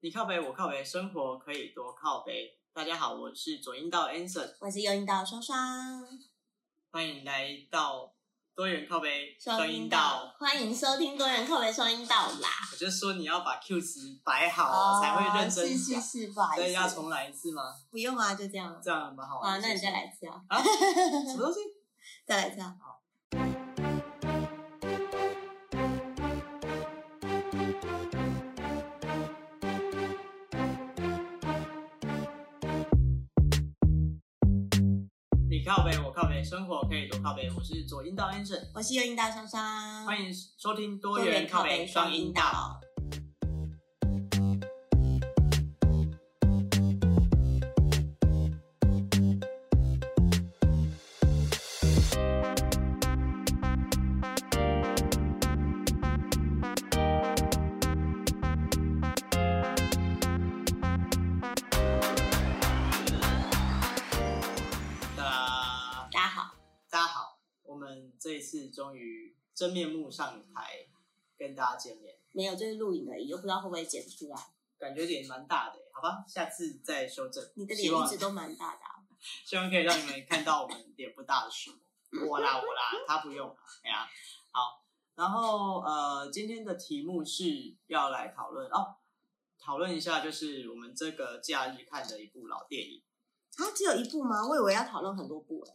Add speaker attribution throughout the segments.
Speaker 1: 你靠北，我靠北，生活可以多靠北。大家好，我是左音道 Anson，
Speaker 2: 我是右音道双双，
Speaker 1: 欢迎来到多元靠北
Speaker 2: 双
Speaker 1: 音
Speaker 2: 音道，
Speaker 1: 道。
Speaker 2: 欢迎收听多元靠北双音道啦。
Speaker 1: 我就说你要把 Q 词摆好、啊
Speaker 2: 哦
Speaker 1: 才会认真
Speaker 2: 是是
Speaker 1: 讲，
Speaker 2: 是，不好
Speaker 1: 所以
Speaker 2: 意
Speaker 1: 要
Speaker 2: 思，
Speaker 1: 重来一次吗？
Speaker 2: 不用啊，就这样。
Speaker 1: 这样蛮好玩
Speaker 2: 啊，
Speaker 1: 的。
Speaker 2: 那你
Speaker 1: 谢谢
Speaker 2: 再来一次啊，
Speaker 1: 啊？什么东西？
Speaker 2: 再来一次啊。
Speaker 1: 你靠北，我靠北，生活可以多靠北。我是左音道 Anson，
Speaker 2: 我是右音道双双，
Speaker 1: 欢迎收听多
Speaker 2: 多
Speaker 1: 元
Speaker 2: 元
Speaker 1: 靠
Speaker 2: 靠
Speaker 1: 北
Speaker 2: 北
Speaker 1: 双
Speaker 2: 双
Speaker 1: 音
Speaker 2: 音
Speaker 1: 道。
Speaker 2: 道。
Speaker 1: 哒。
Speaker 2: 大家好，
Speaker 1: 大家好，我们这一次终于真面目上台跟大家见面，
Speaker 2: 没有就是录影而已，又不知道会不会剪出来。
Speaker 1: 感觉脸蛮大的，欸好吧，下次再修正。
Speaker 2: 你的
Speaker 1: 希
Speaker 2: 脸
Speaker 1: 望
Speaker 2: 一直都蛮大的啊、
Speaker 1: 希望可以让你们看到我们脸不大的时候。
Speaker 2: 嗯
Speaker 1: 我啦我啦，他不用啦，哎呀、好。然后呃，今天的题目是要来讨论哦，讨论一下就是我们这个假日看的一部老电影。
Speaker 2: 啊，只有一部吗？我以为要讨论很多部哎、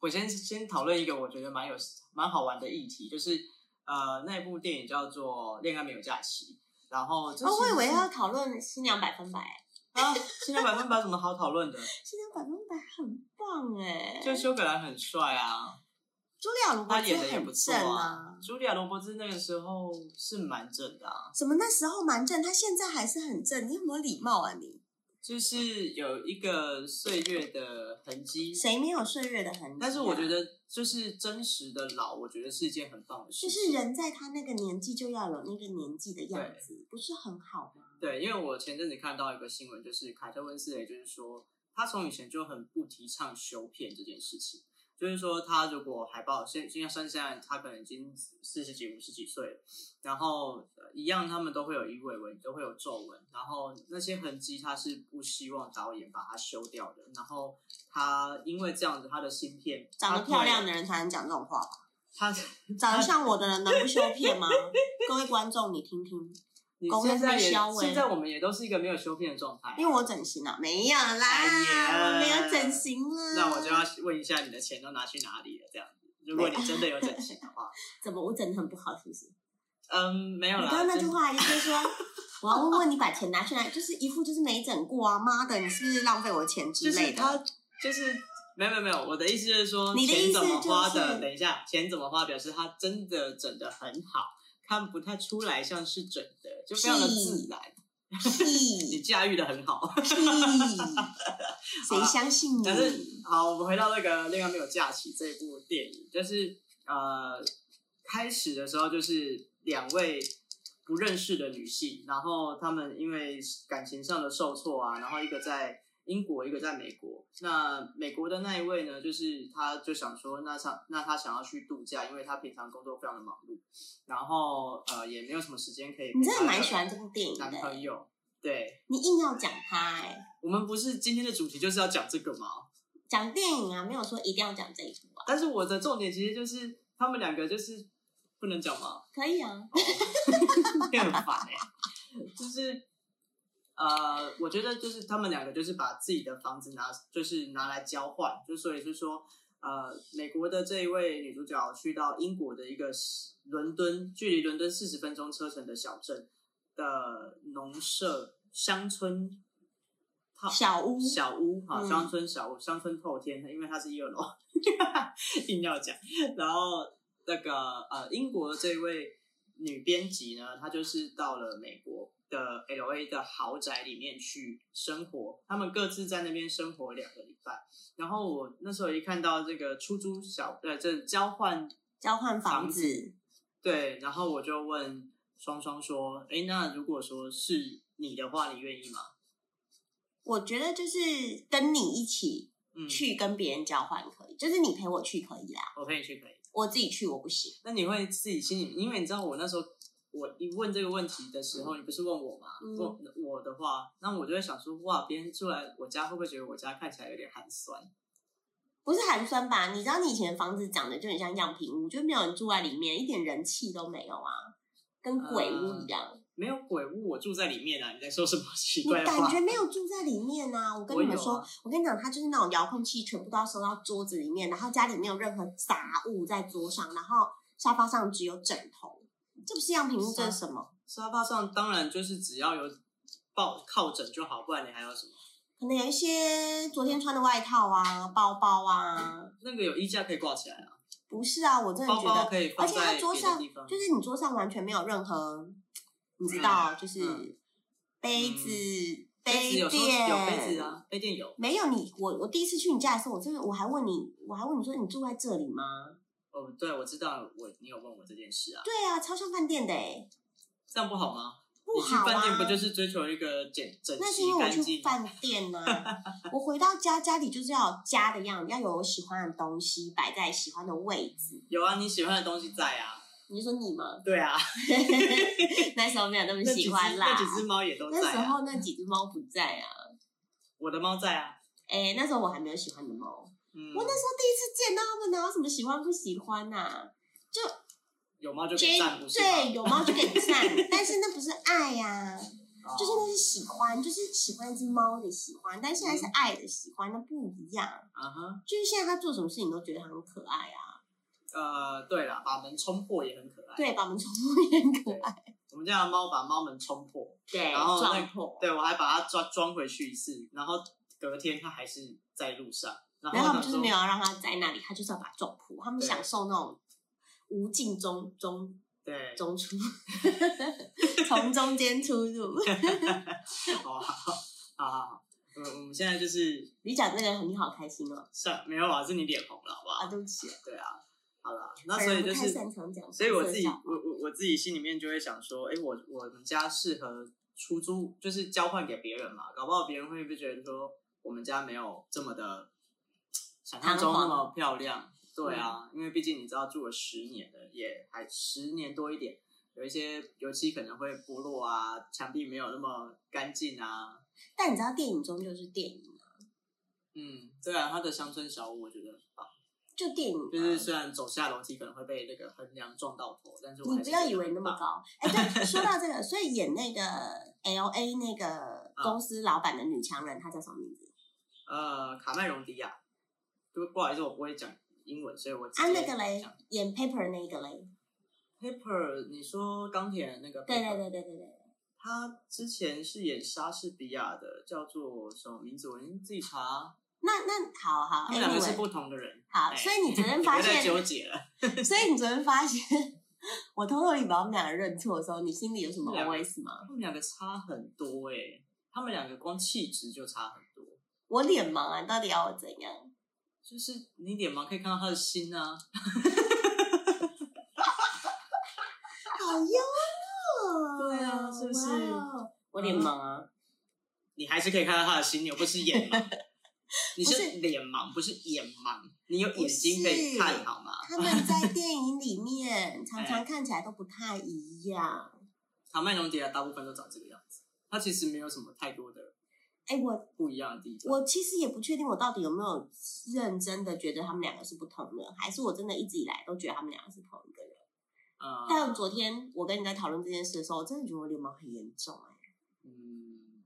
Speaker 1: 我先先讨论一个我觉得蛮有蛮好玩的议题，就是呃那部电影叫做《恋爱没有假期》，然后这
Speaker 2: 哦，我
Speaker 1: 是
Speaker 2: 以为要讨论新娘百分百、欸，
Speaker 1: 啊，现在百分百有什么好讨论的？
Speaker 2: 新娘百分百很棒哎、
Speaker 1: 就修格兰很帅啊，
Speaker 2: 茱莉亚·罗伯
Speaker 1: 他
Speaker 2: 兹
Speaker 1: 演的也不
Speaker 2: 哦很
Speaker 1: 错
Speaker 2: 正啊。
Speaker 1: 茱莉亚·罗伯兹那个时候是蛮正的啊，
Speaker 2: 怎么那时候蛮正，他现在还是很正？你有没有礼貌啊你？
Speaker 1: 就是有一个岁月的痕迹。
Speaker 2: 谁没有岁月的痕迹啊、
Speaker 1: 但是我觉得，就是真实的老，我觉得是一件很棒的事
Speaker 2: 就
Speaker 1: 情。
Speaker 2: 是人在他那个年纪就要有那个年纪的样子，不是很好吗？
Speaker 1: 对，因为我前阵子看到一个新闻，就是凯特温斯雷，就是说他从以前就很不提倡修片这件事情，就是说他如果海报现现在算现在他可能已经四十几、五十几岁了，然后、呃一样他们都会有鱼尾纹，都会有皱纹，然后那些痕迹他是不希望导演把它修掉的，然后他因为这样子他的芯片
Speaker 2: 长得漂亮
Speaker 1: 的
Speaker 2: 的人才能讲这种 话吧？
Speaker 1: 他
Speaker 2: 长得像我的人能不修 片吗？各位观众，你听听，
Speaker 1: 你
Speaker 2: 公
Speaker 1: 现在
Speaker 2: 司
Speaker 1: 也
Speaker 2: 消委
Speaker 1: 现在我们也都是一个没有修片的状态，啊
Speaker 2: 因为我整形了、没有啦，
Speaker 1: 哎呀
Speaker 2: 我没有整形啦。
Speaker 1: 那我就要问一下你的钱都拿去哪里了？这样子，如果你真的有整形的话，
Speaker 2: 怎么我整的很不好，是不是？
Speaker 1: 嗯，没有
Speaker 2: 你
Speaker 1: 啦。
Speaker 2: 刚刚那句
Speaker 1: 真的
Speaker 2: 话就是说，我要问问你把钱拿去哪里，就是一副就是没整过啊，妈的，你是不是浪费我钱之
Speaker 1: 就
Speaker 2: 类
Speaker 1: 是
Speaker 2: 的？
Speaker 1: 他就是没有没有没有，我的意思就是说，
Speaker 2: 你的
Speaker 1: 钱
Speaker 2: 意思
Speaker 1: 怎么花的？
Speaker 2: 就是
Speaker 1: 等一下，钱怎么花表示他真的整的很好，看不太出来像是整的，就非常的自然，你
Speaker 2: 屁
Speaker 1: 驾驭的很好。
Speaker 2: 屁， 谁相信你？
Speaker 1: 但是好，我们回到那个《恋爱没有假期》这部电影，就是呃，开始的时候就是两位不认识的女性，然后她们因为感情上的受挫啊，然后一个在英国，一个在美国。那美国的那一位呢，就是她就想说，那她那她想要去度假，因为她平常工作非常的忙碌，然后呃也没有什么时间可以。
Speaker 2: 你真的蛮喜欢这部电影的
Speaker 1: 男
Speaker 2: 欸，
Speaker 1: 朋友，对
Speaker 2: 你硬要讲它哎，
Speaker 1: 我们不是今天的主题就是要讲这个吗？
Speaker 2: 讲电影啊，没有说一定要讲这一部啊，
Speaker 1: 但是我的重点其实就是他们两个就是不能讲 嘛，
Speaker 2: 可以啊，
Speaker 1: 也很烦哎、就是呃，我觉得就是他们两个就是把自己的房子拿就是拿来交换，就所以是说呃，美国的这一位女主角去到英国的一个伦敦，距离伦敦四十分钟车程的小镇的农舍乡村套。
Speaker 2: 小屋
Speaker 1: 小屋哈，
Speaker 2: 嗯
Speaker 1: 乡村小屋，乡村透天，因为它是一二楼， 硬要讲。然后那个呃，英国这位女编辑呢，她就是到了美国的 L A 的豪宅里面去生活，他们各自在那边生活两个礼拜。然后我那时候一看到这个出租小呃，这交换
Speaker 2: 交换
Speaker 1: 房
Speaker 2: 房
Speaker 1: 子
Speaker 2: 子，
Speaker 1: 对，然后我就问双双说：“诶，那如果说是你的话，你愿意吗
Speaker 2: 我觉得就是跟你一起？”
Speaker 1: 嗯，
Speaker 2: 去跟别人交换可以，就是你陪我去可以啦，
Speaker 1: 我陪你去可以。
Speaker 2: 我自己去我不行。
Speaker 1: 那你会自己心里，因为你知道我那时候我一问这个问题的时候，你不是问我吗？
Speaker 2: 嗯
Speaker 1: 问我的话，那我就会想说，哇，别人住来我家会不会觉得我家看起来有点寒酸？
Speaker 2: 不是寒酸吧？你知道你以前房子长得就很像样品屋，就没有人住在里面，一点人气都没有啊，跟鬼
Speaker 1: 嗯
Speaker 2: 屋一样。
Speaker 1: 没有鬼屋，我住在里面啊！你在说什么奇
Speaker 2: 你
Speaker 1: 怪的
Speaker 2: 感
Speaker 1: 话
Speaker 2: 觉？没有住在里面啊！我跟你
Speaker 1: 我
Speaker 2: 们
Speaker 1: 有啊
Speaker 2: 说，我跟你讲，它就是那种遥控器全部都要收到桌子里面，然后家里没有任何杂物在桌上，然后沙发上只有枕头，这不是样品屋，
Speaker 1: 啊
Speaker 2: 这是什么？
Speaker 1: 沙发上当然就是只要有抱靠枕就好，不然你还要什么？
Speaker 2: 可能有一些昨天穿的外套啊、包包啊，
Speaker 1: 那个有衣架可以挂起来啊，
Speaker 2: 不是啊，我真的
Speaker 1: 包
Speaker 2: 觉
Speaker 1: 包
Speaker 2: 得，
Speaker 1: 可以
Speaker 2: 而
Speaker 1: 放
Speaker 2: 且
Speaker 1: 在
Speaker 2: 它
Speaker 1: 别
Speaker 2: 桌
Speaker 1: 的
Speaker 2: 上
Speaker 1: 地方。
Speaker 2: 就是你桌上完全没有任何，你知道，就是
Speaker 1: 嗯
Speaker 2: 杯子、
Speaker 1: 杯子有
Speaker 2: 杯
Speaker 1: 时候有杯
Speaker 2: 垫
Speaker 1: 子。啊，杯垫有。
Speaker 2: 没有你，我我第一次去你家的时候，我真的我还问你，我还问你说你住在这里吗？
Speaker 1: 哦，对，我知道，我你有问我这件事啊，
Speaker 2: 对啊，超像饭店的哎、
Speaker 1: 这样不好吗？
Speaker 2: 不好
Speaker 1: 你去饭店
Speaker 2: 啊
Speaker 1: 不。就是追求一个简整
Speaker 2: 那是
Speaker 1: 齐
Speaker 2: 因为我
Speaker 1: 干
Speaker 2: 去
Speaker 1: 净？
Speaker 2: 饭店呐、 我回到家家里就是要有家的样子，要有我喜欢的东西摆在喜欢的位置。
Speaker 1: 有啊，你喜欢的东西在啊。
Speaker 2: 你是说你吗？
Speaker 1: 对啊，
Speaker 2: 那时候没有那么
Speaker 1: 那几
Speaker 2: 喜
Speaker 1: 只
Speaker 2: 欢啦
Speaker 1: 那。几只猫也都
Speaker 2: 那
Speaker 1: 在
Speaker 2: 时
Speaker 1: 啊。
Speaker 2: 候那几只猫不在啊，
Speaker 1: 我的猫在啊。
Speaker 2: 哎、那时候我还没有喜欢的猫。
Speaker 1: 嗯，
Speaker 2: 我那时候第一次见到它们，哪有什么喜欢不喜欢呐、
Speaker 1: 有猫就可以
Speaker 2: J
Speaker 1: 站，不是吗？
Speaker 2: 对，有猫就可以 赞，但是那不是爱呀、
Speaker 1: 哦
Speaker 2: 就是那是喜欢，就是喜欢一只猫的喜欢，但现在是
Speaker 1: 嗯
Speaker 2: 爱的喜欢，那不一样。
Speaker 1: 啊哈，
Speaker 2: 就是现在它做什么事情都觉得它很可爱啊，
Speaker 1: 呃，对了，把门冲破也很可爱。
Speaker 2: 对，把我们宠物 也很可爱，
Speaker 1: 我们家的猫把猫门冲破，
Speaker 2: 对
Speaker 1: 然后那
Speaker 2: 撞破，
Speaker 1: 对我还把它抓装回去一次，然后隔天它还是在路上。然
Speaker 2: 然后
Speaker 1: 后
Speaker 2: 他
Speaker 1: 呢
Speaker 2: 们就是没有要让它在那里，它就是要把它撞破，他们
Speaker 1: 对
Speaker 2: 享受那种无尽中中
Speaker 1: 对，
Speaker 2: 中 出，从中间出入。
Speaker 1: 哦好好好好好，我我们现在就是
Speaker 2: 你讲这个你好开心哦，
Speaker 1: 上没有啊，是你脸红了，好不
Speaker 2: 啊，
Speaker 1: 好？
Speaker 2: 对不起，
Speaker 1: 对啊，好了，那所以
Speaker 2: 本人
Speaker 1: 就
Speaker 2: 不太
Speaker 1: 是
Speaker 2: 擅长讲，
Speaker 1: 所以我自己，
Speaker 2: 色
Speaker 1: 我我我自己心里面就会想说，哎、我我们家适合出租，就是交换给别人嘛，搞不好别人会不会觉得说我们家没有这么的想象中那么漂亮？对啊，
Speaker 2: 嗯
Speaker 1: 因为毕竟你知道住了十年了，也还十年多一点，有一些油漆可能会剥落啊，墙壁没有那么干净啊。
Speaker 2: 但你知道电影中就是电影啊，
Speaker 1: 嗯，对啊，它的乡村小屋我觉得很棒，
Speaker 2: 就电影、啊，
Speaker 1: 就是虽然走下楼梯可能会被那个横梁撞到头，但是我
Speaker 2: 你
Speaker 1: 还
Speaker 2: 不
Speaker 1: 是
Speaker 2: 要
Speaker 1: 觉得
Speaker 2: 以为
Speaker 1: 很
Speaker 2: 那么
Speaker 1: 棒
Speaker 2: 高。哎、对，说到这个，所以演那个 L A 那个
Speaker 1: 嗯
Speaker 2: 公司老板的女强人，她叫什么名字？
Speaker 1: 呃，卡麦隆迪亚，就不好意思，我不会讲英文，所以我直
Speaker 2: 啊，
Speaker 1: 接
Speaker 2: 那个嘞
Speaker 1: 讲，
Speaker 2: 演 Paper 那个嘞，
Speaker 1: Paper，你说钢铁那个 Paper,
Speaker 2: 对对对对对对，
Speaker 1: 他之前是演莎士比亚的，叫做什么名字？我您自己查。
Speaker 2: 那那好好，
Speaker 1: 他
Speaker 2: 哎，
Speaker 1: 们
Speaker 2: 你
Speaker 1: 两个
Speaker 2: 们
Speaker 1: 是不同的人，
Speaker 2: 好，
Speaker 1: 哎
Speaker 2: 所以你 昨天
Speaker 1: 你
Speaker 2: 发
Speaker 1: 别再
Speaker 2: 现，
Speaker 1: 纠结了。
Speaker 2: 所以你昨天发现，我偷偷地把我们两个认错的时候，你心里有什么
Speaker 1: 两个
Speaker 2: OS 吗？
Speaker 1: 他们两个差很多哎、他们两个光气质就差很多。
Speaker 2: 我脸盲啊，你到底要我怎样？
Speaker 1: 就是你脸盲可以看到他的心啊，
Speaker 2: 好哟，
Speaker 1: 对啊是不是嗯
Speaker 2: 哇哦？我脸盲啊。
Speaker 1: 你还是可以看到他的心，你又不是眼盲。 你
Speaker 2: 不
Speaker 1: 是
Speaker 2: 是
Speaker 1: 脸盲，不是眼盲，你有
Speaker 2: 不
Speaker 1: 眼睛可以
Speaker 2: 是
Speaker 1: 看好吗？
Speaker 2: 他们在电影里 面常
Speaker 1: 哎
Speaker 2: 常看起来都不太一样。
Speaker 1: 卡麦隆迪亚大部分都长这个样子，它其实没有什么太多的
Speaker 2: 哎、我
Speaker 1: 不一样的地方。
Speaker 2: 我其实也不确定我到底有没有认真的觉得他们两个是不同的，还是我真的一直以来都觉得他们两个是同一个人。但
Speaker 1: 呃，
Speaker 2: 昨天我跟你在讨论这件事的时候，我真的觉得我脸盲很严重哎、
Speaker 1: 嗯，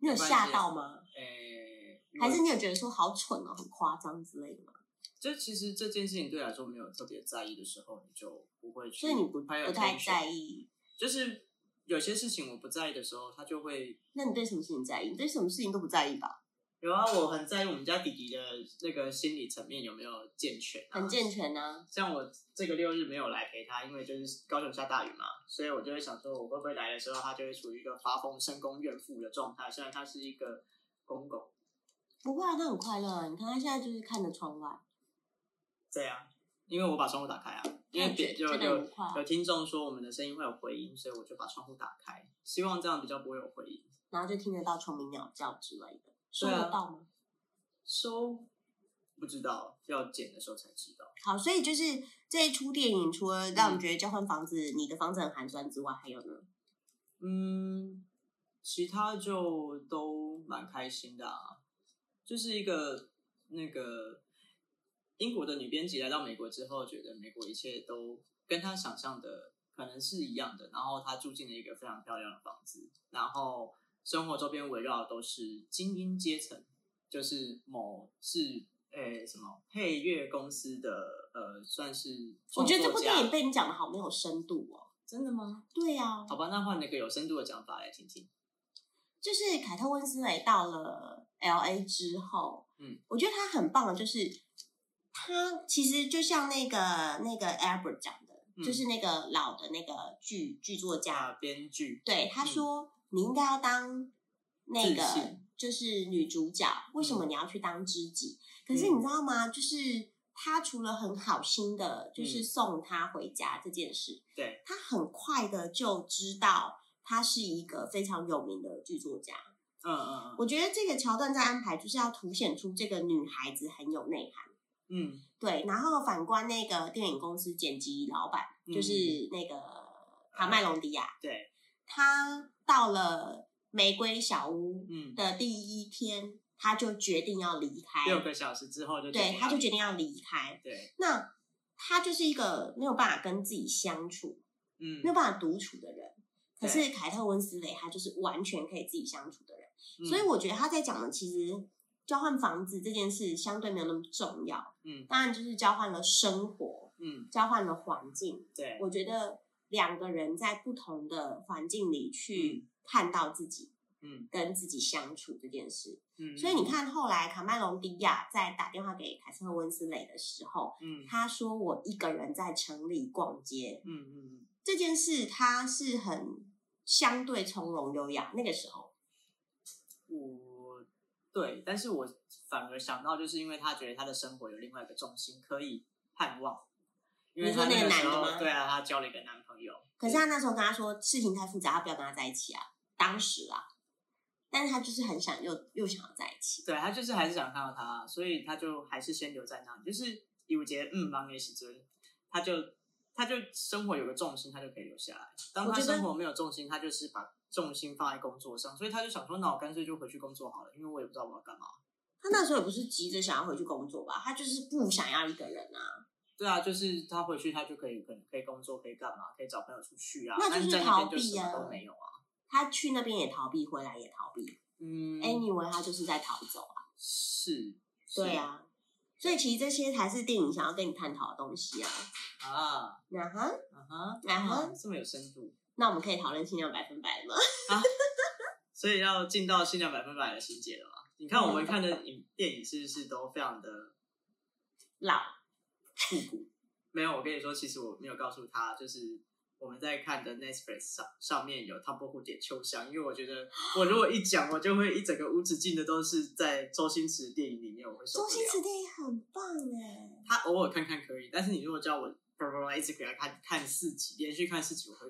Speaker 2: 你有
Speaker 1: 没关系啊
Speaker 2: 吓到？吗？
Speaker 1: 诶、
Speaker 2: 还是
Speaker 1: 我嗯
Speaker 2: 你有觉得说好蠢哦、很夸张之类的吗？
Speaker 1: 就其实这件事情对来说没有特别在意的时候，你就不会去，
Speaker 2: 所以你不不
Speaker 1: 还有
Speaker 2: 太在，意。
Speaker 1: 就是有些事情我不在意的时候，他就会
Speaker 2: 那你对什么事情在意？你对什么事情都不在意吧？
Speaker 1: 有啊，我很在意我们家弟弟的那个心理层面有没有健全、啊，
Speaker 2: 很健全啊，
Speaker 1: 像我这个六日没有来陪他，因为就是高雄下大雨嘛，所以我就会想说，我会不会来的时候，他就会处于一个发疯、深宫怨妇的状态。虽然他是一个公公，
Speaker 2: 不会啊，他很快乐啊。你看他现在就是看着窗外。
Speaker 1: 这样，因为我把窗户打开啊，因为别
Speaker 2: 这
Speaker 1: 就
Speaker 2: 个
Speaker 1: 有
Speaker 2: 很快
Speaker 1: 有听众说我们的声音会有回音，所以我就把窗户打开，希望这样比较不会有回音。
Speaker 2: 然后就听得到虫鸣鸟叫之类的，收
Speaker 1: 对啊
Speaker 2: 得到吗？
Speaker 1: 收不知道要剪的时候才知道。
Speaker 2: 好，
Speaker 1: 嗯
Speaker 2: 所以就是这一出电影，除了让你觉得交换房子，你的房子很寒酸之外，还有呢？
Speaker 1: 嗯，其他就都蛮开心的啊，就是一个那个英国的女编辑来到美国之后，觉得美国一切都跟她想象的可能是一样的，然后她住进了一个非常漂亮的房子，然后生活周边围绕的都是精英阶层，就是某是。诶、什么配乐公司的呃，算是
Speaker 2: 我觉得这部
Speaker 1: 创作家
Speaker 2: 电影被你讲的好没有深度哦。
Speaker 1: 真的吗？
Speaker 2: 对啊，
Speaker 1: 好吧，那换一个有深度的讲法来听听。
Speaker 2: 就是凯特温斯雷到了 L A 之后，
Speaker 1: 嗯，
Speaker 2: 我觉得他很棒的，就是他其实就像那个那个 Albert 讲的，
Speaker 1: 嗯
Speaker 2: 就是那个老的那个剧剧作家，
Speaker 1: 啊，编剧，
Speaker 2: 对他
Speaker 1: 嗯
Speaker 2: 说、你应该要当那
Speaker 1: 自
Speaker 2: 个
Speaker 1: 信
Speaker 2: 就是女主角，为什么你要去当知己？可是
Speaker 1: 嗯
Speaker 2: 你知道吗？就是他除了很好心的，就是
Speaker 1: 嗯
Speaker 2: 送她回家这件事，
Speaker 1: 对，
Speaker 2: 他很快的就知道他是一个非常有名的剧作家。
Speaker 1: 嗯嗯
Speaker 2: 我觉得这个桥段在安排就是要凸显出这个女孩子很有内涵。
Speaker 1: 嗯
Speaker 2: 对，然后反观那个电影公司剪辑老板，
Speaker 1: 嗯
Speaker 2: 就是那个卡麦隆迪亚，
Speaker 1: 对，
Speaker 2: 他到了玫瑰小屋
Speaker 1: 嗯嗯，嗯
Speaker 2: 的第一天，他就决定要离开，
Speaker 1: 六个小时之后就决
Speaker 2: 对，
Speaker 1: 定
Speaker 2: 他就
Speaker 1: 要
Speaker 2: 决定要离开。
Speaker 1: 对，
Speaker 2: 那他就是一个没有办法跟自己相处、
Speaker 1: 嗯
Speaker 2: 没有办法独处的人。可
Speaker 1: 对
Speaker 2: 是凯特温斯雷，他就是完全可以自己相处的人。
Speaker 1: 嗯
Speaker 2: 所以我觉得他在讲的其实交换房子这件事相对没有那么重要，
Speaker 1: 嗯
Speaker 2: 当然就是交换了生活，
Speaker 1: 嗯，
Speaker 2: 交换了环境。
Speaker 1: 对，
Speaker 2: 我觉得两个人在不同的环境里去看到自己，
Speaker 1: 嗯，
Speaker 2: 跟自己相处这件事。
Speaker 1: 嗯，
Speaker 2: 所以你看，后来卡麦隆迪亚在打电话给凯瑟温斯雷的时候，
Speaker 1: 嗯，
Speaker 2: 他说：“我一个人在城里逛街。
Speaker 1: 嗯嗯嗯”
Speaker 2: 这件事他是很相对从容优雅，那个时候。
Speaker 1: 嗯，我对，但是我反而想到，就是因为他觉得他的生活有另外一个重心可以盼望，因为
Speaker 2: 你说
Speaker 1: 他
Speaker 2: 那个
Speaker 1: 个时
Speaker 2: 男的
Speaker 1: 候
Speaker 2: 吗
Speaker 1: 对啊，他交了一个男朋友，
Speaker 2: 可是他那时候跟他说事情太复杂，他不要跟他在一起啊，当时啊，但是他就是很想又又想要在一起，
Speaker 1: 对他就是还是想看到他，所以他就还是先留在那里。就是第五节，嗯，忙也是尊，他就他就生活有个重心，他就可以留下来。当
Speaker 2: 我
Speaker 1: 他
Speaker 2: 觉得
Speaker 1: 生活没有重心，他就是把重心放在工作上，所以他就想说，那我干脆就回去工作好了，因为我也不知道我要干嘛。
Speaker 2: 他那时候也不是急着想要回去工作吧，他就是不想要一个人啊，
Speaker 1: 对啊，就是他回去，他就可以可能可以工作，可以干嘛，可以找朋友出去啊。
Speaker 2: 那
Speaker 1: 但
Speaker 2: 就是是
Speaker 1: 在那边
Speaker 2: 逃避
Speaker 1: 就什么
Speaker 2: 啊
Speaker 1: 都没有啊。
Speaker 2: 他去那边也逃避，回来也逃避、
Speaker 1: 嗯，
Speaker 2: a n y w a y 他就是在逃走啊，
Speaker 1: 是，是
Speaker 2: 对啊，所以其实这些才是电影想要跟你探讨的东西啊，
Speaker 1: 啊，
Speaker 2: 那哈，
Speaker 1: 啊哈，
Speaker 2: 啊哈
Speaker 1: 这么有深度，
Speaker 2: 那我们可以讨论性量百分百了吗？
Speaker 1: 所以要进到限量百分百的情节了嘛？你看我
Speaker 2: 嗯
Speaker 1: 们看的影电影是不是都非常的
Speaker 2: 老
Speaker 1: 复古？没有，我跟你说，其实我没有告诉他，就是我们在看的 Netflix 上上面有汤伯虎点秋香，因为我觉得我如果一讲，我就会一整个无止境的都是在周星驰的电影里面，我会受
Speaker 2: 周
Speaker 1: 不
Speaker 2: 星驰
Speaker 1: 了。
Speaker 2: 电影很棒哎，
Speaker 1: 他偶尔看看可以，但是你如果叫我叭叭叭一直给他看看四集，连续看四集，我会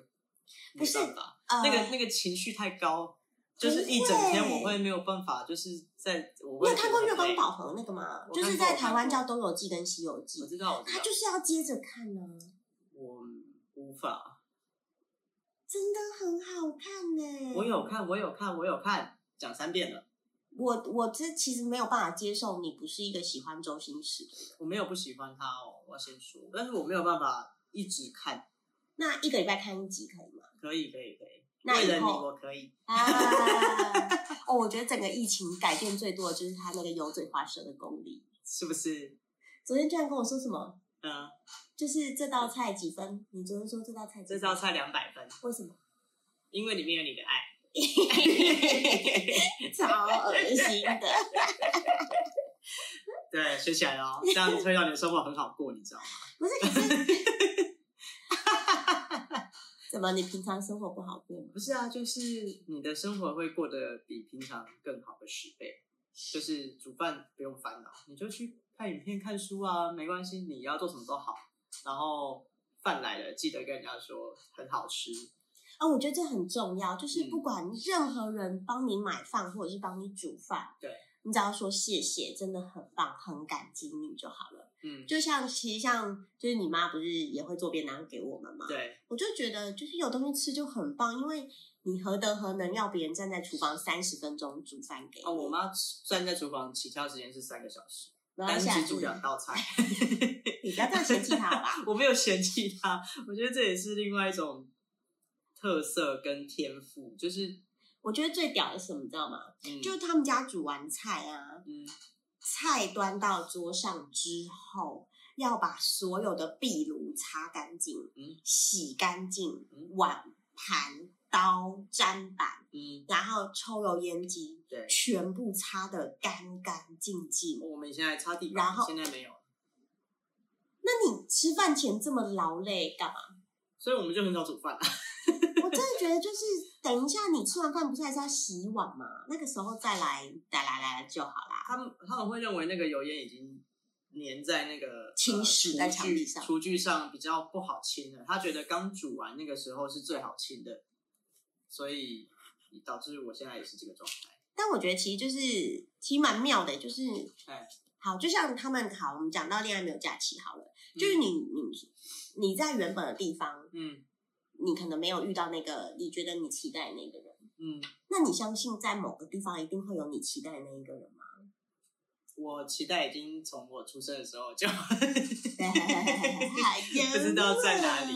Speaker 2: 不是
Speaker 1: 没办法
Speaker 2: 呃，
Speaker 1: 那个那个情绪太高，就是一整天我会没有办法，就是在我会
Speaker 2: 你有看过《
Speaker 1: 觉得
Speaker 2: 月光
Speaker 1: 累
Speaker 2: 宝盒》那个吗？
Speaker 1: 我看过
Speaker 2: 就是在台湾
Speaker 1: 我看
Speaker 2: 叫《
Speaker 1: 过
Speaker 2: 东游记》跟《西游记
Speaker 1: 我》，知道，我知
Speaker 2: 他
Speaker 1: 道，
Speaker 2: 就是要接着看呢、
Speaker 1: 我无法，
Speaker 2: 真的很好看呢、
Speaker 1: 我有看，我有看，我有看，讲三遍了，
Speaker 2: 我我这其实没有办法接受，你不是一个喜欢周星驰的人。
Speaker 1: 我没有不喜欢他哦，我要先说，但是我没有办法一直看，
Speaker 2: 那一个礼拜看一集可以吗？
Speaker 1: 可以，可以，可以，
Speaker 2: 那
Speaker 1: 为了
Speaker 2: 以
Speaker 1: 你
Speaker 2: 后
Speaker 1: 我可以，
Speaker 2: 啊， 哦，我觉得整个疫情改变最多的就是他那个油嘴滑舌的功力。
Speaker 1: 是不是？
Speaker 2: 昨天居然跟我说什么，
Speaker 1: 嗯，
Speaker 2: 就是这道菜几分？你昨天说这道菜几
Speaker 1: 这
Speaker 2: 分
Speaker 1: 道菜两百分，
Speaker 2: 为什么？
Speaker 1: 因为里面有你的爱，
Speaker 2: 超恶心的。
Speaker 1: 对，学起来了哦，这样会让你的生活很好过，你知道吗？
Speaker 2: 不是，可是 怎么？你平常生活不好过吗？
Speaker 1: 不是啊，就是你的生活会过得比平常更好个十倍，就是煮饭不用烦恼，你就去看影片、看书啊，没关系，你要做什么都好。然后饭来了，记得跟人家说很好吃。
Speaker 2: 啊、我觉得这很重要，就是
Speaker 1: 嗯
Speaker 2: 不管任何人帮你买饭或者是帮你煮饭，
Speaker 1: 对，
Speaker 2: 你只要说谢谢，真的很棒，很感激你就好了。
Speaker 1: 嗯，
Speaker 2: 就像其实像就是你妈不是也会做便当给我们吗？
Speaker 1: 对，
Speaker 2: 我就觉得就是有东西吃就很棒，因为你何德何能要别人站在厨房三十分钟煮饭给你？
Speaker 1: 哦，我妈站在厨房起跳时间是三个小时，
Speaker 2: 然后
Speaker 1: 单
Speaker 2: 下
Speaker 1: 只煮两 道菜。
Speaker 2: 你不要这样嫌弃她哦好吧？
Speaker 1: 我没有嫌弃他，我觉得这也是另外一种特色跟天赋，就是
Speaker 2: 我觉得最屌的是什么，你知道吗？
Speaker 1: 嗯，
Speaker 2: 就是他们家煮完菜啊，
Speaker 1: 嗯，
Speaker 2: 菜端到桌上之后，要把所有的壁炉擦干净、
Speaker 1: 嗯
Speaker 2: 洗干净，
Speaker 1: 嗯
Speaker 2: 碗盘、刀、砧板，
Speaker 1: 嗯，
Speaker 2: 然后抽油烟机
Speaker 1: 对。
Speaker 2: 全部擦得干干净净。
Speaker 1: 我们以前还擦地
Speaker 2: 然
Speaker 1: 板，
Speaker 2: 后
Speaker 1: 现在没有，
Speaker 2: 那你吃饭前这么劳累干嘛？
Speaker 1: 所以我们就很少煮饭。
Speaker 2: 我真的觉得就是等一下你吃完饭不是还是要洗碗吗？那个时候再来再来来了就好啦。
Speaker 1: 他们他们会认为那个油烟已经粘在那 个
Speaker 2: 侵蚀在
Speaker 1: 呃
Speaker 2: 墙
Speaker 1: 厨
Speaker 2: 壁
Speaker 1: 具
Speaker 2: 上
Speaker 1: 厨具上比较不好清了。他觉得刚煮完那个时候是最好清的，所以导致我现在也是这个状态。
Speaker 2: 但我觉得其实就是其实蛮妙的，就是
Speaker 1: 哎，
Speaker 2: 好，就像他们好，我们讲到恋爱没有假期好了，就是你你你在原本的地方，
Speaker 1: 嗯
Speaker 2: 你可能没有遇到那个你觉得你期待的那个人，
Speaker 1: 嗯，
Speaker 2: 那你相信在某个地方一定会有你期待的那一个人吗？
Speaker 1: 我期待已经从我出生的时候 就
Speaker 2: 不
Speaker 1: 不知道在哪里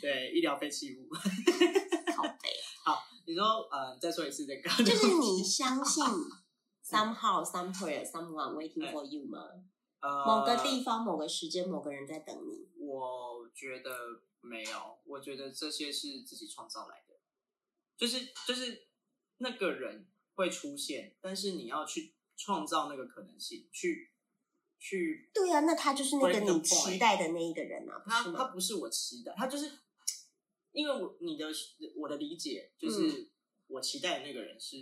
Speaker 1: 对医疗废弃物。
Speaker 2: 靠北。
Speaker 1: 你说呃，再说一次这个，
Speaker 2: 哦就是你相 信 somehow somewhere someone waiting for you 吗？
Speaker 1: 呃
Speaker 2: 某个地方、某个时间、某个人在等你。
Speaker 1: 我觉得没有，我觉得这些是自己创造来的，就是就是那个人会出现，但是你要去创造那个可能性，去去
Speaker 2: 对啊，那他就是那个
Speaker 1: Break the
Speaker 2: 你
Speaker 1: point
Speaker 2: 期待的那一个人啊，不
Speaker 1: 他
Speaker 2: 是
Speaker 1: 他
Speaker 2: 吗？
Speaker 1: 不是我期待，他就是因为我你的我的理解
Speaker 2: 嗯
Speaker 1: 就是我期待的那个人是，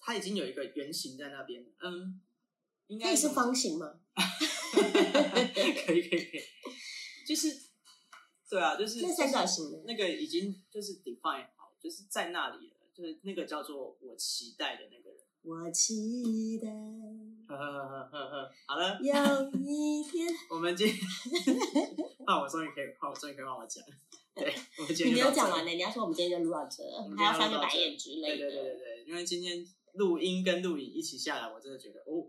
Speaker 1: 他已经有一个原型在那边，嗯，应
Speaker 2: 那
Speaker 1: 该
Speaker 2: 你是
Speaker 1: 怎么
Speaker 2: 方形吗？
Speaker 1: 可以可以可以，就是对啊，就是
Speaker 2: 那三角形的。
Speaker 1: 那个已经就是 define 好，就是在那里了，就是那个叫做我期待的那个人。
Speaker 2: 我期待
Speaker 1: 呵呵呵呵呵，好了，
Speaker 2: 有一天，
Speaker 1: 我们今天换我终于可以换我终于可以换我讲了，对，我们今
Speaker 2: 你
Speaker 1: 天就到
Speaker 2: 没有讲
Speaker 1: 这
Speaker 2: 完呢，你要说我们今天就录到这
Speaker 1: 我，们今
Speaker 2: 还
Speaker 1: 天
Speaker 2: 要翻个
Speaker 1: 录到
Speaker 2: 白
Speaker 1: 这
Speaker 2: 眼之
Speaker 1: 对
Speaker 2: 类
Speaker 1: 对对对
Speaker 2: 的。
Speaker 1: 对，因为今天录音跟录影一起下来，我真的觉得哦，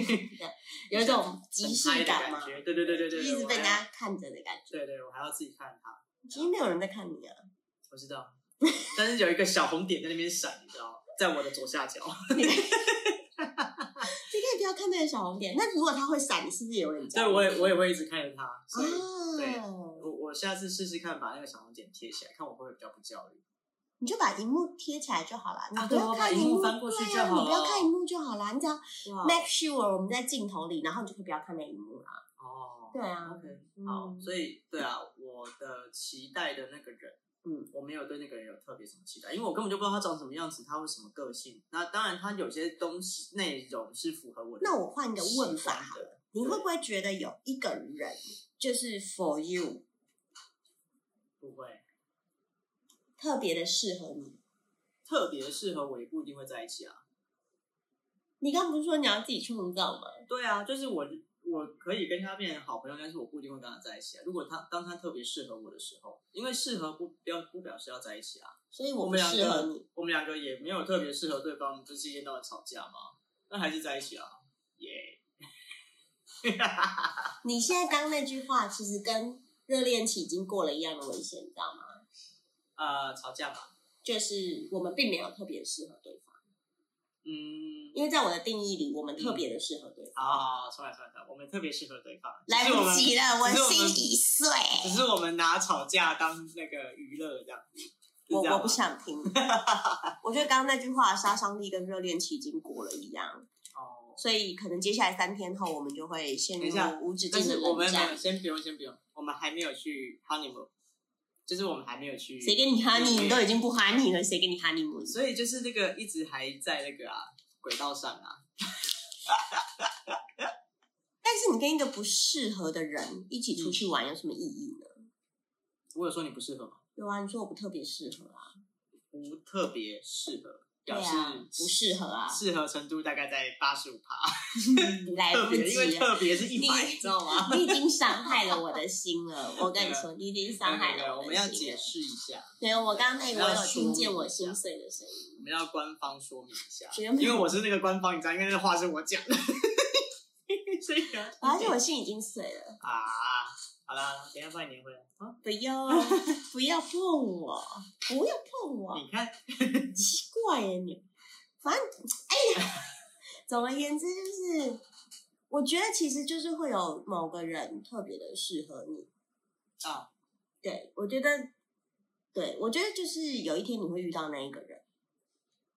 Speaker 2: 有一种
Speaker 1: 很
Speaker 2: 即视
Speaker 1: 嗨的
Speaker 2: 感
Speaker 1: 感
Speaker 2: 嘛，
Speaker 1: 觉，对对对对对，
Speaker 2: 一直
Speaker 1: 我
Speaker 2: 被
Speaker 1: 还
Speaker 2: 人
Speaker 1: 要
Speaker 2: 家看着的感觉。
Speaker 1: 对对，我还要自己看它，
Speaker 2: 其实没有人在看你啊，
Speaker 1: 我知道，但是有一个小红点在那边闪，你知道吗，在我的左下角。
Speaker 2: 你可以不要看那个小红点。那如果它会闪，你是不是也会很焦
Speaker 1: 对，
Speaker 2: 虑
Speaker 1: 我也我也会一直看着它，所以。对
Speaker 2: 啊，
Speaker 1: 我我下次试试看，把那个小红点贴起来，看我会不会比较不焦虑。
Speaker 2: 你就把荧幕贴起来就好了，你不
Speaker 1: 啊对
Speaker 2: 要
Speaker 1: 我把
Speaker 2: 看
Speaker 1: 荧
Speaker 2: 荧
Speaker 1: 幕
Speaker 2: 幕，
Speaker 1: 翻过去
Speaker 2: 对
Speaker 1: 就
Speaker 2: 啊，
Speaker 1: 好
Speaker 2: 你不要
Speaker 1: 了
Speaker 2: 看荧幕就好了，你只要
Speaker 1: 哇
Speaker 2: make sure 我们在镜头里，然后你就可以不要看那荧幕了。
Speaker 1: 哦，
Speaker 2: 对啊
Speaker 1: ，OK，
Speaker 2: 嗯
Speaker 1: 好，所以对啊，我的期待的那个人，
Speaker 2: 嗯，
Speaker 1: 我没有对那个人有特别什么期待，因为我根本就不知道他长什么样子，他会什么个性。那当然，他有些东西内容是符合我的。
Speaker 2: 那我换一个问法好
Speaker 1: 好了，
Speaker 2: 你会不会觉得有一个人就是 for you
Speaker 1: 不会
Speaker 2: 特别的适合你？
Speaker 1: 特别适合我，也不一定会在一起啊。
Speaker 2: 你刚不是说你要自己创造吗？
Speaker 1: 对啊，就是我我可以跟他变成好朋友，但是我不一定会跟他在一起啊。如果他当他特别适合我的时候，因为适合不不要不表示要在一起啊。
Speaker 2: 所以
Speaker 1: 我
Speaker 2: 我不
Speaker 1: 们两
Speaker 2: 适合
Speaker 1: 个
Speaker 2: 你。，
Speaker 1: 我们两个也没有特别适合对方，就是一天到晚吵架嘛，那还是在一起啊，耶、
Speaker 2: 你现在刚那句话其实跟热恋期已经过了一样的危险，你知道吗？
Speaker 1: 啊、吵架嘛，
Speaker 2: 就是我们并没有特别适合对方，
Speaker 1: 嗯，
Speaker 2: 因为在我的定义里，我们特别的适合对
Speaker 1: 好
Speaker 2: 方。
Speaker 1: 好好，算了算了算了，我们特别适合对方，
Speaker 2: 来
Speaker 1: 只是嗯我
Speaker 2: 不
Speaker 1: 们
Speaker 2: 及了，
Speaker 1: 只是我
Speaker 2: 心
Speaker 1: 们
Speaker 2: 已碎。
Speaker 1: 只是我们拿吵架当那个娱乐这样子，是
Speaker 2: 我
Speaker 1: 这样啊
Speaker 2: 我
Speaker 1: 吗
Speaker 2: 不想听， 我觉得刚刚那句话的杀伤力跟热恋期已经过了一样，
Speaker 1: 哦，
Speaker 2: 所以可能接下来三天后我们就会陷
Speaker 1: 等一下
Speaker 2: 入无止
Speaker 1: 但
Speaker 2: 境的
Speaker 1: 是我
Speaker 2: 冷
Speaker 1: 们没有，
Speaker 2: 战。
Speaker 1: 先不用先不用，我们还没有去 honeymoon，就是我们还没有去，
Speaker 2: 谁跟你哈你？
Speaker 1: 嗯
Speaker 2: 你都已经不哈你了，谁跟你哈你母？
Speaker 1: 所以就是那个一直还在那个啊轨道上啊，
Speaker 2: 但是你跟一个不适合的人一起出去玩
Speaker 1: 嗯
Speaker 2: 有什么意义呢？
Speaker 1: 我有说你不适合吗？
Speaker 2: 有啊，你说我不特别适合啊，
Speaker 1: 不特别适合。表
Speaker 2: 对
Speaker 1: 示
Speaker 2: 啊，不适合啊，
Speaker 1: 适合程度大概在八十五趴，
Speaker 2: 来
Speaker 1: 特
Speaker 2: 不
Speaker 1: 别因为
Speaker 2: 及了。
Speaker 1: 特别是一百，
Speaker 2: 啊你
Speaker 1: 你知道吗？
Speaker 2: 你已经伤害了我的心 了，我跟你
Speaker 1: 对啊
Speaker 2: 说，你已经
Speaker 1: 对
Speaker 2: 伤害
Speaker 1: 对对
Speaker 2: 了
Speaker 1: 我
Speaker 2: 的
Speaker 1: 们要
Speaker 2: 心
Speaker 1: 解
Speaker 2: 了。
Speaker 1: 释一下，
Speaker 2: 对，我刚刚那个
Speaker 1: 要
Speaker 2: 我有
Speaker 1: 梳
Speaker 2: 听见
Speaker 1: 理
Speaker 2: 我
Speaker 1: 一
Speaker 2: 心
Speaker 1: 下
Speaker 2: 碎的声音。
Speaker 1: 我们要官方说明一下，
Speaker 2: 觉得没
Speaker 1: 因
Speaker 2: 有
Speaker 1: 为我是那个官方，你知道，因为那个话是我讲的， 所以啊
Speaker 2: 而且我心已经碎了，
Speaker 1: 啊，好啦，等一下帮你粘回来啊。
Speaker 2: 不要 不要碰我，不要碰我，
Speaker 1: 你看，
Speaker 2: 奇怪耶你。反正哎呀， 总而言之就是，我觉得其实就是会有某个人特别的适合你。
Speaker 1: 啊，
Speaker 2: 对我觉得，对我觉得就是有一天你会遇到那一个人，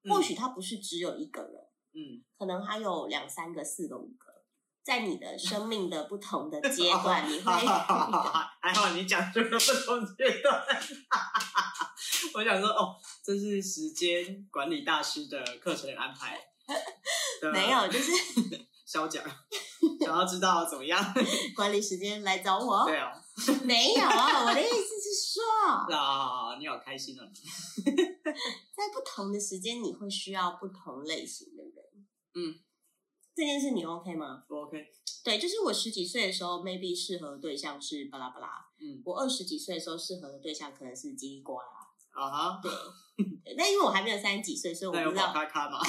Speaker 1: 嗯
Speaker 2: 或许他不是只有一个人，
Speaker 1: 嗯，
Speaker 2: 可能还有两三个、四个、五个，在你的生命的不同的阶段，你会
Speaker 1: 好好好好好 还好你讲出了不同阶段， 我想说哦，这是时间管理大师的课程安排，的
Speaker 2: 没有，就是
Speaker 1: 小讲，想要知道怎么样？
Speaker 2: 管理时间来找我，
Speaker 1: 对哦，
Speaker 2: 没有，我的意思是说，
Speaker 1: 那你好开心哦，
Speaker 2: 在不同的时间，你会需要不同类型的人。
Speaker 1: 嗯，
Speaker 2: 这件事你 OK 吗？
Speaker 1: 我 OK，
Speaker 2: 对，就是我十几岁的时候，maybe 适合的对象是巴拉巴拉。
Speaker 1: 嗯，
Speaker 2: 我二十几岁的时候适合的对象可能是叽里呱啦，
Speaker 1: 啊哈，
Speaker 2: 对但因为我还没有三十几岁，所以
Speaker 1: 那
Speaker 2: 我
Speaker 1: 有
Speaker 2: 不知
Speaker 1: 宝
Speaker 2: 道
Speaker 1: 咖咖吗？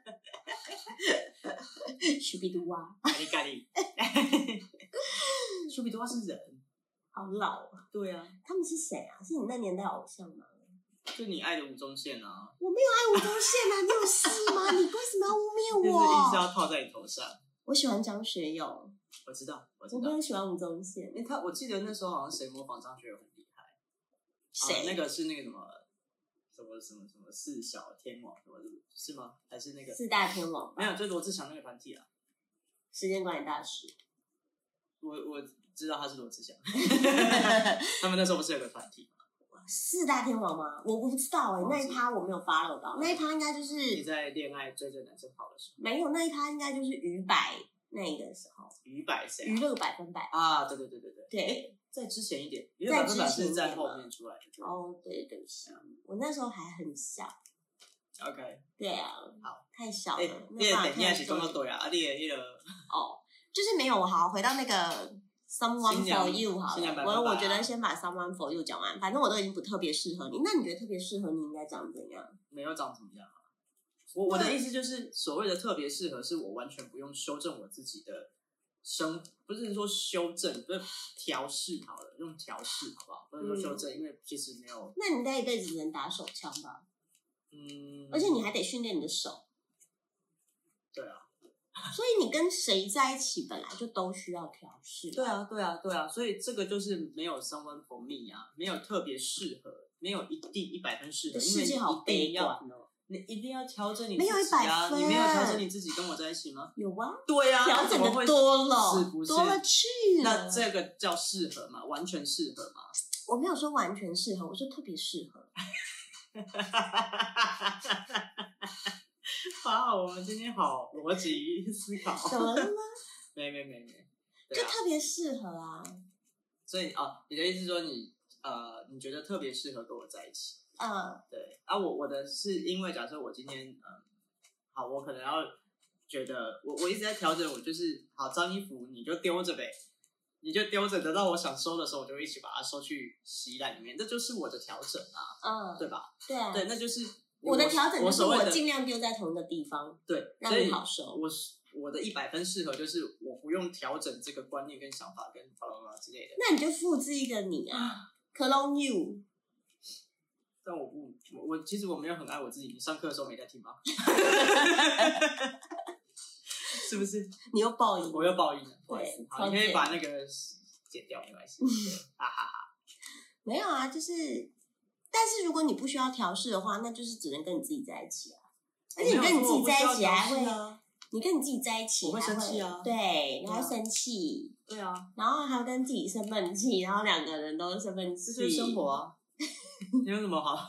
Speaker 2: 徐比嘟哇，
Speaker 1: 咖喱咖喱， 丘比多是人，
Speaker 2: 好老啊！
Speaker 1: 对啊，
Speaker 2: 他们是谁啊？是你那年代偶像吗？
Speaker 1: 就你爱的吴宗宪啊，
Speaker 2: 爱吴宗宪啊，你有事吗？你为什么要
Speaker 1: 就
Speaker 2: 污
Speaker 1: 是一
Speaker 2: 蔑
Speaker 1: 直
Speaker 2: 我？
Speaker 1: 要套在你头上。
Speaker 2: 我喜欢张学友，
Speaker 1: 我知道，我知
Speaker 2: 我
Speaker 1: 道
Speaker 2: 没。有喜欢吴宗宪
Speaker 1: 哎、。他我记得那时候好像谁模仿张学友很厉害，啊
Speaker 2: 谁？
Speaker 1: 那个是那个什么什么什么什么四小天王什么的是吗？还是那个
Speaker 2: 四大天王吧
Speaker 1: 没有，就罗志祥那个团体啊。
Speaker 2: 时间管理大师。
Speaker 1: 我我知道他是罗志 祥，他们那时候不是有个团体吗？
Speaker 2: 四大天王吗？我不知道哎、
Speaker 1: 忘记
Speaker 2: 那一趴我没有 follow 到，那一趴应该就
Speaker 1: 你
Speaker 2: 是
Speaker 1: 在恋爱追着男生跑的时候，
Speaker 2: 没有，那一趴应该就是娱百那个时候，
Speaker 1: 于百谁
Speaker 2: 娱
Speaker 1: 啊？
Speaker 2: 乐百分百。
Speaker 1: 啊，对对对对对，
Speaker 2: 对，
Speaker 1: 在之前一点，于
Speaker 2: 在
Speaker 1: 百分百
Speaker 2: 之前
Speaker 1: 是
Speaker 2: 一
Speaker 1: 在
Speaker 2: 点
Speaker 1: 后
Speaker 2: 吗
Speaker 1: 面出来的。对
Speaker 2: 哦，对，对不起，
Speaker 1: 嗯
Speaker 2: 我那时候还很小。
Speaker 1: OK，
Speaker 2: 对啊，
Speaker 1: 好，
Speaker 2: 太小
Speaker 1: 哎、
Speaker 2: 了，
Speaker 1: 你
Speaker 2: 没
Speaker 1: 也
Speaker 2: 有办
Speaker 1: 等
Speaker 2: 法
Speaker 1: 一下
Speaker 2: 看
Speaker 1: 是中到
Speaker 2: 作品
Speaker 1: 对啊，啊，你也那个
Speaker 2: 哦，就是没有好，回到那个 someone
Speaker 1: 新娘
Speaker 2: for you 好
Speaker 1: 新娘
Speaker 2: 了
Speaker 1: 百，分
Speaker 2: 我
Speaker 1: 百啊
Speaker 2: 我觉得先把 someone for you 讲完，反正我都已经不特别适合你，那你觉得特别适合你应该长怎样？
Speaker 1: 没有长怎么样啊。我我的意思就是，所谓的特别适合，是我完全不用修正我自己的生，不是说修正，不是调试好了，用调试好不好？不能说
Speaker 2: 嗯
Speaker 1: 修正，因为其实没有，
Speaker 2: 那你那一辈子只能打手枪吧，
Speaker 1: 嗯，
Speaker 2: 而且你还得训练你的手，
Speaker 1: 对啊，
Speaker 2: 所以你跟谁在一起本来就都需要调试。
Speaker 1: 对啊，对啊，对啊，所以这个就是没有 someone for me 啊，没有特别适合，没有一定一百分适合，因为
Speaker 2: 世界
Speaker 1: 你一
Speaker 2: 好
Speaker 1: 定
Speaker 2: 悲
Speaker 1: 要
Speaker 2: 观哦。
Speaker 1: 你一定要调整你
Speaker 2: 没有
Speaker 1: 自己啊
Speaker 2: 100分
Speaker 1: 你没有调整你自己，跟我在一起吗？
Speaker 2: 有啊，
Speaker 1: 对啊，
Speaker 2: 调
Speaker 1: 那怎
Speaker 2: 整
Speaker 1: 么
Speaker 2: 的
Speaker 1: 会
Speaker 2: 多了，
Speaker 1: 是不是？
Speaker 2: 多了去了。
Speaker 1: 那这个叫适合吗？完全适合吗？
Speaker 2: 我没有说完全适合，我说特别适合。
Speaker 1: 哇，我们今天好逻辑思 考，
Speaker 2: 怎么了吗？
Speaker 1: 没没没没，对
Speaker 2: 就
Speaker 1: 啊，
Speaker 2: 特别适合啊。
Speaker 1: 所以啊，你的意思是说你呃，你觉得特别适合跟我在一起？
Speaker 2: 嗯，
Speaker 1: 对啊，我我的是因为假设我今天嗯，好，我可能要觉得我我一直在调整，我就是好脏衣服你就丢着呗，你就丢着，等到我想收的时候，我就一起把它收去洗衣篮里面，这就是我的调整啊，
Speaker 2: 嗯，
Speaker 1: 对吧？
Speaker 2: 对啊，
Speaker 1: 对，那就是
Speaker 2: 我的调整
Speaker 1: 我
Speaker 2: 就是
Speaker 1: 所谓
Speaker 2: 我
Speaker 1: 的
Speaker 2: 尽量丢在同一个地方，
Speaker 1: 对，
Speaker 2: 让
Speaker 1: 所以
Speaker 2: 你好熟。
Speaker 1: 我是我的一百分适合就是我不用调整这个观念跟想法跟巴拉巴拉之类的，
Speaker 2: 那你就复制一个你啊，clone you。
Speaker 1: 但我不我我其实我没有很爱我自己。你上课的时候没在听吗？ 是不是？
Speaker 2: 你又报应。
Speaker 1: 我又报应了，不好意
Speaker 2: 对
Speaker 1: 思。
Speaker 2: 超
Speaker 1: 好，你可以
Speaker 2: 贱
Speaker 1: 把那个剪掉，没关系。对哈哈哈。
Speaker 2: 没有啊，就是，但是如果你不需要调试的话，那就是只能跟你自己在一起啊。 而且你跟你自己在一
Speaker 1: 我没
Speaker 2: 起还
Speaker 1: 有说我不需要调
Speaker 2: 会，
Speaker 1: 试 啊，
Speaker 2: 你跟你自己在一起
Speaker 1: 我会
Speaker 2: 还
Speaker 1: 生气啊
Speaker 2: 对，
Speaker 1: 对
Speaker 2: 然
Speaker 1: 啊
Speaker 2: 后生气，
Speaker 1: 对啊，
Speaker 2: 然后还要跟自己生闷气，然后两个人都生闷
Speaker 1: 这
Speaker 2: 气，
Speaker 1: 就是生活。 啊。你有什么好？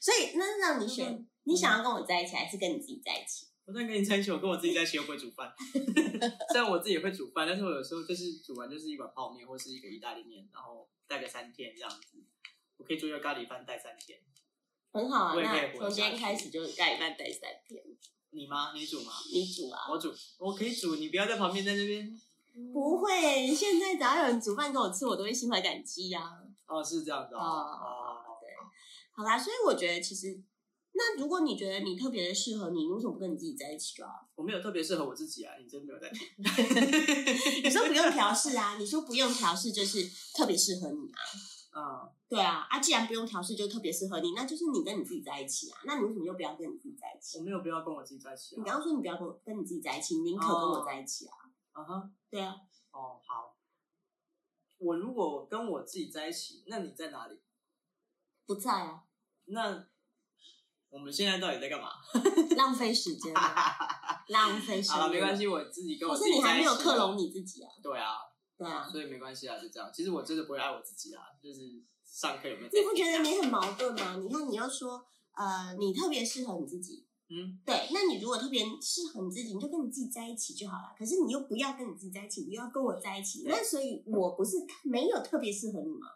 Speaker 2: 所以那让你
Speaker 1: 就
Speaker 2: 选
Speaker 1: 是，
Speaker 2: 你想要跟我在一起，还是跟你自己在一起？
Speaker 1: 我在跟你在一起，我跟我自己在一起又不会煮 饭。 虽然我自己也会煮饭，但是我有时候就是煮完就是一碗泡面或是一个意大利面，然后带个三天这样子。我可以做一个咖喱饭带三天，
Speaker 2: 很好啊。
Speaker 1: 我也可以
Speaker 2: 那
Speaker 1: 活
Speaker 2: 从今天
Speaker 1: 下去
Speaker 2: 开始就盖一半带三天，
Speaker 1: 你吗？你煮吗？
Speaker 2: 你煮啊？
Speaker 1: 我煮，我可以煮，你不要在旁边在那边。
Speaker 2: 嗯不会，现在只要有人煮饭给我吃，我都会心怀感激啊呀、
Speaker 1: 哦，是这样的哦。
Speaker 2: 哦
Speaker 1: 哦
Speaker 2: 好啦，所以我觉得其实，那如果你觉得你特别的适合你，你为什么不跟你自己在一起就好了？
Speaker 1: 我没有特别适合我自己啊，你真没有在听。
Speaker 2: 你说不用调试啊，你说不用调试就是特别适合你啊。
Speaker 1: 嗯，
Speaker 2: 对啊，啊，既然不用调试就特别适合你，那就是你跟你自己在一起啊。那你为什么又不要跟你自己在一起
Speaker 1: 我？没有必要跟我自己在一起
Speaker 2: 你
Speaker 1: 啊。
Speaker 2: 刚刚说你不要跟我跟你自己在一起，你宁可跟我在一起啊。
Speaker 1: 嗯哼，
Speaker 2: 对啊，
Speaker 1: 哦，好。我如果跟我自己在一起，那你在哪里？
Speaker 2: 不在啊，
Speaker 1: 那我们现在到底在干嘛？
Speaker 2: 浪费时间啊， 浪费时
Speaker 1: 好了，没
Speaker 2: 间。
Speaker 1: 关。系，我自己跟我
Speaker 2: 可
Speaker 1: 自
Speaker 2: 是
Speaker 1: 己
Speaker 2: 你还
Speaker 1: 在一
Speaker 2: 没有
Speaker 1: 起
Speaker 2: 克隆你自己啊。
Speaker 1: 对啊，
Speaker 2: 对啊，
Speaker 1: 所以没关系啊，就这样。其实我真的不会爱我自己啊，就是上课有没有在
Speaker 2: 你不觉得你很矛盾吗？你看，你要说呃，你特别适合你自己，
Speaker 1: 嗯，
Speaker 2: 对，那你如果特别适合你自己，你就跟你自己在一起就好了。可是你又不要跟你自己在一起，你又要跟我在一起，
Speaker 1: 对
Speaker 2: 那所以我不是没有特别适合你吗？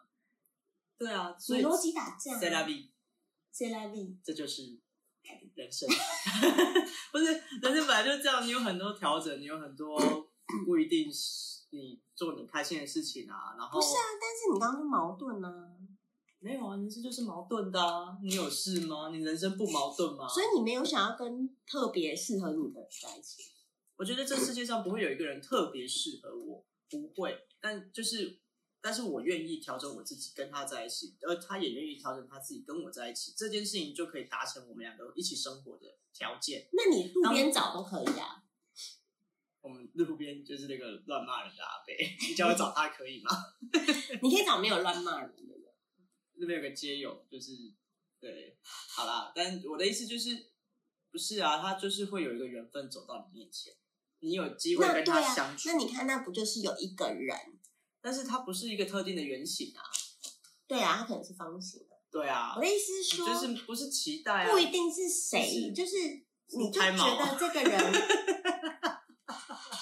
Speaker 1: 对啊，所
Speaker 2: 你
Speaker 1: 以
Speaker 2: 逻辑打架啊，
Speaker 1: 在那里，
Speaker 2: 谁来比？
Speaker 1: 这就是人生， 不是人生本来就这样，你有很多调整，你有很多不一定是你做你开心的事情啊，然后
Speaker 2: 不是啊，但是你刚刚就矛盾啊，
Speaker 1: 没有啊，人生就是矛盾的啊，你有事吗？你人生不矛盾吗？
Speaker 2: 所以你没有想要跟特别适合你的人在一起。
Speaker 1: 我觉得这世界上不会有一个人特别适合我，不会。但就是，但是我愿意调整我自己跟他在一起，而他也愿意调整他自己跟我在一起，这件事情就可以达成我们两个一起生活的条件。
Speaker 2: 那你路边找都可以 啊，
Speaker 1: 我们路边就是那个乱骂人的阿伯，你叫我找他可以吗？
Speaker 2: 你可以找没有乱骂人的人。
Speaker 1: 那边有个街友，就是对，好啦。但我的意思就是，不是啊，他就是会有一个缘分走到你面前，你有机会
Speaker 2: 那
Speaker 1: 跟
Speaker 2: 对
Speaker 1: 他
Speaker 2: 啊
Speaker 1: 相，处，
Speaker 2: 那你看，那不就是有一个人？
Speaker 1: 但是他不是一个特定的原型啊。
Speaker 2: 对啊，他可能是方形的。
Speaker 1: 对啊，
Speaker 2: 我的意思是说，
Speaker 1: 就是不是期待啊，
Speaker 2: 不一定是
Speaker 1: 就
Speaker 2: 谁，
Speaker 1: 是
Speaker 2: 就是你就
Speaker 1: 胎
Speaker 2: 觉
Speaker 1: 毛
Speaker 2: 得这 个人，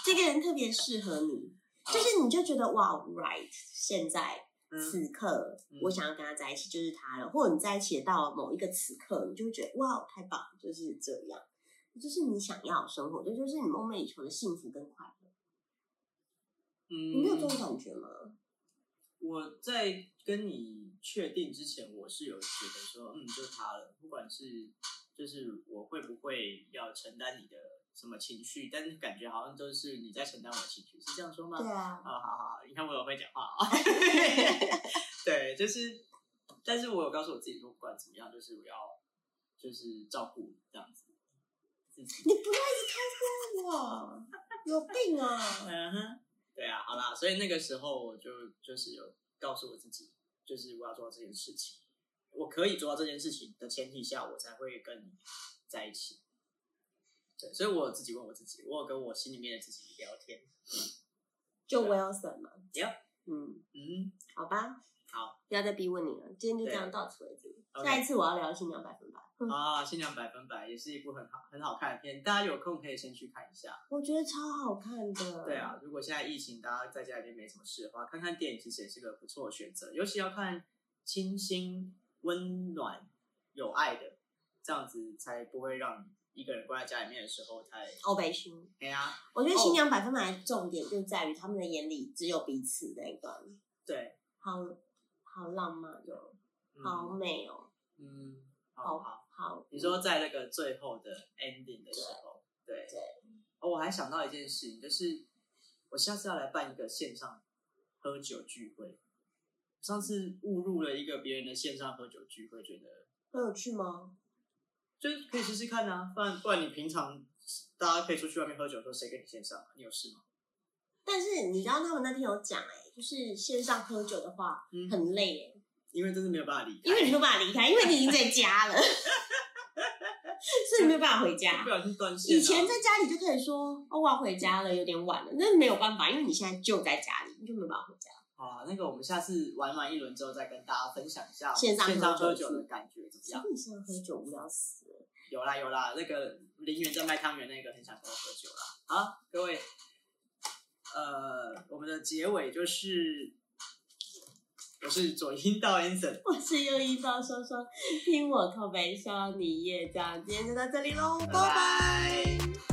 Speaker 2: 这个人特别适合你，就是你就觉得哇，right，现在
Speaker 1: 嗯
Speaker 2: 此刻
Speaker 1: 嗯
Speaker 2: 我想要跟他在一起就是他了，或者你在一起到某一个此刻，你就会觉得哇，太棒，就是这样，就是你想要的生活，这就是你梦寐以求的幸福跟快乐。你没有这种
Speaker 1: 嗯，
Speaker 2: 感觉吗？
Speaker 1: 我在跟你确定之前，我是有觉得说，嗯，就他了，不管是就是我会不会要承担你的什么情绪，但是感觉好像都是你在承担我的情绪，是这样说吗？
Speaker 2: 对啊，
Speaker 1: 啊、好好好，你看我有会讲话啊。 对，就是，但是我有告诉我自己说，不管怎么样，就是我要就是照顾你这样子。自己
Speaker 2: 你不要一直开脱我，有病啊！
Speaker 1: 嗯哼， 对啊，好啦，所以那个时候我就就是有告诉我自己，就是我要做到这件事情，我可以做到这件事情的前提下，我才会跟你在一起。对，所以我有自己问我自己，我有跟我心里面的自己聊天。
Speaker 2: 就 Wilson 嘛
Speaker 1: Yep
Speaker 2: 嗯。
Speaker 1: 嗯，
Speaker 2: 好吧，
Speaker 1: 好，
Speaker 2: 不要再逼问你了，今天就这样，
Speaker 1: 对
Speaker 2: 到此为止。
Speaker 1: OK
Speaker 2: 下一次我要聊新娘百分百，嗯
Speaker 1: 啊，《新娘百分百》也是一部很好很好看的片，大家有空可以先去看一下。
Speaker 2: 我觉得超好看的。
Speaker 1: 对，啊，如果现在疫情大家在家里面没什么事的话，看看电影其实也是个不错的选择，尤其要看清新、温暖、有爱的，这样子才不会让你一个人关在家里面的时候太
Speaker 2: 欧北勋，
Speaker 1: 哎呀、
Speaker 2: 我觉得新娘百分百的重点就在于他们的眼里只有彼此那一段，
Speaker 1: 对，
Speaker 2: 好好浪漫哦，好
Speaker 1: 嗯
Speaker 2: 美哦，
Speaker 1: 嗯，好
Speaker 2: 好
Speaker 1: 好，
Speaker 2: 好。
Speaker 1: 你说在那个最后的 ending 的时候，对
Speaker 2: 对
Speaker 1: 哦，我还想到一件事情，就是我下次要来办一个线上喝酒聚会。上次误入了一个别人的线上喝酒聚会，觉得
Speaker 2: 很有趣吗？
Speaker 1: 就是可以试试看啊，不然不然你平常大家可以出去外面喝酒的时候，谁跟你线上啊？你有事吗？
Speaker 2: 但是你知道他们那天有讲哎、就是线上喝酒的话
Speaker 1: 嗯
Speaker 2: 很累哎、
Speaker 1: 因为真的没有办法离开，
Speaker 2: 因为你没有办法离开，因为你已经在家 了，所以你没有办法回家。
Speaker 1: 不小心断线、啊。
Speaker 2: 以前在家里就可以说哦，我要回家了，有点晚了，那没有办法，因为你现在就在家里，你就没有办法回家。
Speaker 1: 好啊，那个我们下次玩完一轮之后再跟大家分享一下
Speaker 2: 线上喝酒
Speaker 1: 上喝酒的感觉怎么样？
Speaker 2: 所以你现在喝酒无聊死了。
Speaker 1: 有啦有啦，那个林园在卖汤圆那个很想跟我喝酒啦。好，各位，呃，我们的结尾就是我是左音道 Anson，
Speaker 2: 我是又一到说说，听我口白说你也这样，今天就到这里喽，
Speaker 1: 拜
Speaker 2: 拜拜。
Speaker 1: 拜。